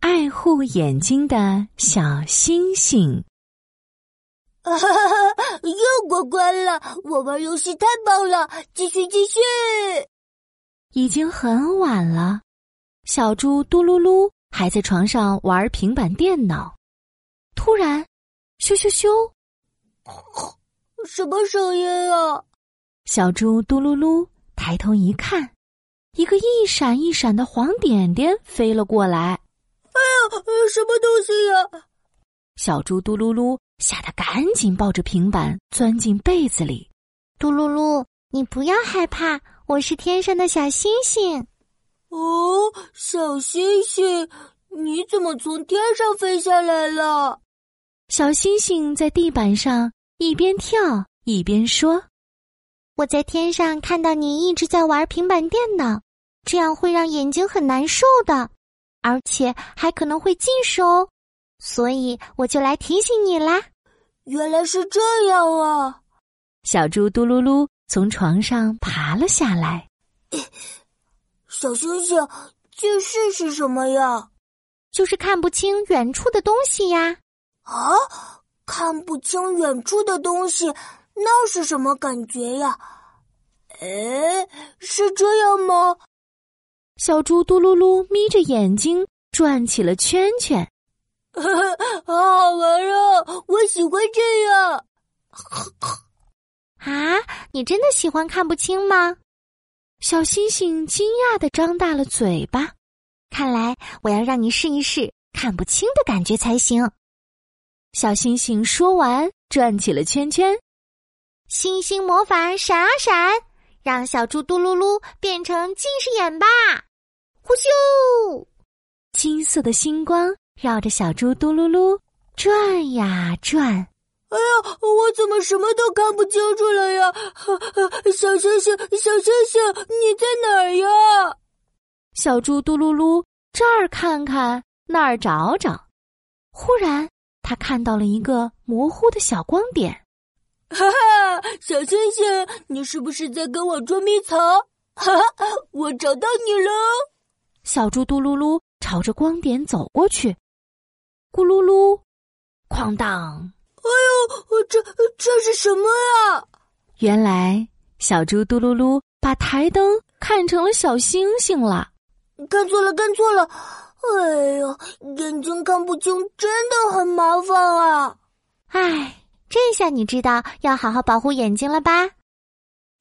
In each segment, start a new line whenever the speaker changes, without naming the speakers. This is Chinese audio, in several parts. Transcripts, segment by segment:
爱护眼睛的小星星。
啊哈哈哈！ 又过关了，我玩游戏太棒了！继续继续。
已经很晚了，小猪嘟噜噜还在床上玩平板电脑。突然，咻咻咻！
什么声音啊？
小猪嘟噜噜抬头一看，一个一闪一闪的黄点点飞了过来。
哎呀，什么东西啊呀、
小猪嘟噜噜吓得赶紧抱着平板钻进被子里。
嘟噜噜，你不要害怕，我是天上的小星星。
哦，小星星，你怎么从天上飞下来了？
小星星在地板上一边跳一边说
我在天上看到你一直在玩平板电脑，这样会让眼睛很难受的，而且还可能会近视哦。所以我就来提醒你啦。
原来是这样啊！：“
小猪嘟噜噜从床上爬了下来。
小星星，近视是什么呀？
就是看不清远处的东西呀。
啊，看不清远处的东西，那是什么感觉呀？哎，是这样吗？”
小猪嘟噜噜眯着眼睛转起了圈圈。
好好玩啊！我喜欢这样。
啊，你真的喜欢看不清吗？
小星星惊讶的张大了嘴巴。
看来我要让你试一试看不清的感觉才行。
小星星说完，转起了圈圈。
星星魔法闪啊闪，让小猪嘟噜噜变成近视眼吧！呼咻！
金色的星光绕着小猪嘟噜噜转呀转。
哎呀，我怎么什么都看不清楚了呀？ 小星星，小星星，你在哪儿呀？
小猪嘟噜噜这儿看看，那儿找找。忽然，他看到了一个模糊的小光点。
哈哈，小星星，你是不是在跟我捉迷藏？ 哈哈，我找到你了！
小猪嘟噜噜朝着光点走过去，咕噜噜，哐当！
哦，这这是什么呀？
原来，小猪嘟噜噜把台灯看成了小星星了。
看错了，看错了！哎呦，眼睛看不清，真的很麻烦啊！
唉，这下你知道要好好保护眼睛了吧？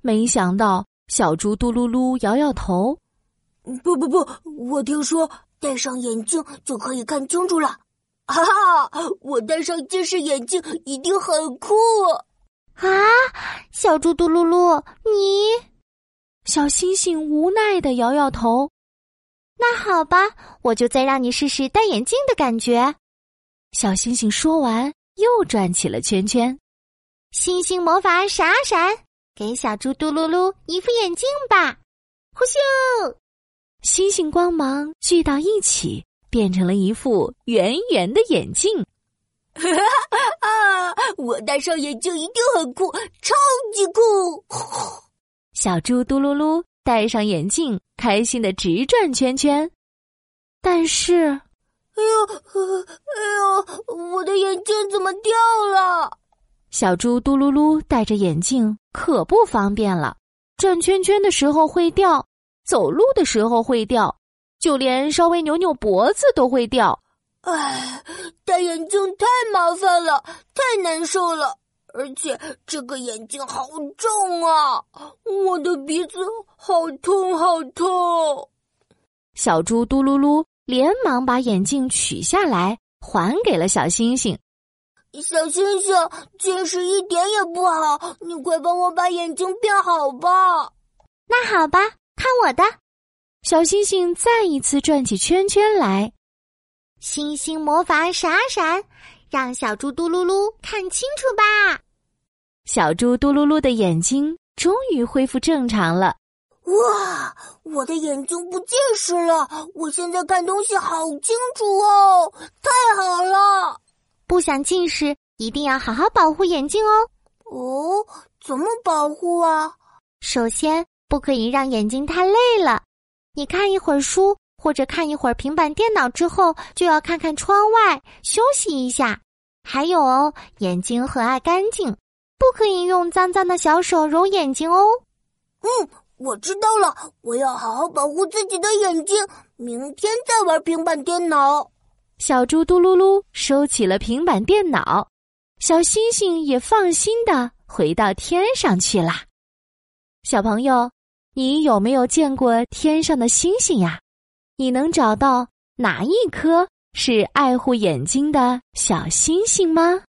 没想到，小猪嘟噜噜摇摇头，
不不不，我听说戴上眼镜就可以看清楚了。哈哈，我戴上近视眼镜一定很酷。
啊，小猪嘟噜噜，你
小星星无奈的摇摇头。
那好吧，我就再让你试试戴眼镜的感觉。
小星星说完，又转起了圈圈。
星星魔法闪啊闪，给小猪嘟噜噜一副眼镜吧！呼咻！
星星光芒聚到一起，变成了一副圆圆的眼镜。
啊，我戴上眼镜一定很酷，超级酷！
小猪嘟噜噜戴上眼镜，开心的直转圈圈。但是，
哎呦，哎呦，我的眼镜怎么掉了？
小猪嘟噜噜戴着眼镜可不方便了，转圈圈的时候会掉，走路的时候会掉，就连稍微扭扭脖子都会掉。
哎，戴眼镜太麻烦了，太难受了，而且这个眼镜好重啊，我的鼻子好痛好痛。
小猪嘟噜噜连忙把眼镜取下来，还给了小星星。
小星星，近视一点也不好，你快帮我把眼睛变好吧。
那好吧，看我的
小星星再一次转起圈圈来。
星星魔法闪啊闪，让小猪嘟噜噜看清楚吧！
小猪嘟噜噜的眼睛终于恢复正常了。
哇，我的眼睛不近视了，我现在看东西好清楚哦，太好了！
不想近视，一定要好好保护眼睛哦。
哦，怎么保护啊？
首先，不可以让眼睛太累了。你看一会儿书，或者看一会儿平板电脑之后，就要看看窗外，休息一下。还有哦，眼睛很爱干净，不可以用脏脏的小手揉眼睛哦。
嗯，我知道了，我要好好保护自己的眼睛，明天再玩平板电脑。
小猪嘟噜噜收起了平板电脑，小星星也放心的回到天上去啦。小朋友，你有没有见过天上的星星呀？你能找到哪一颗是爱护眼睛的小星星吗？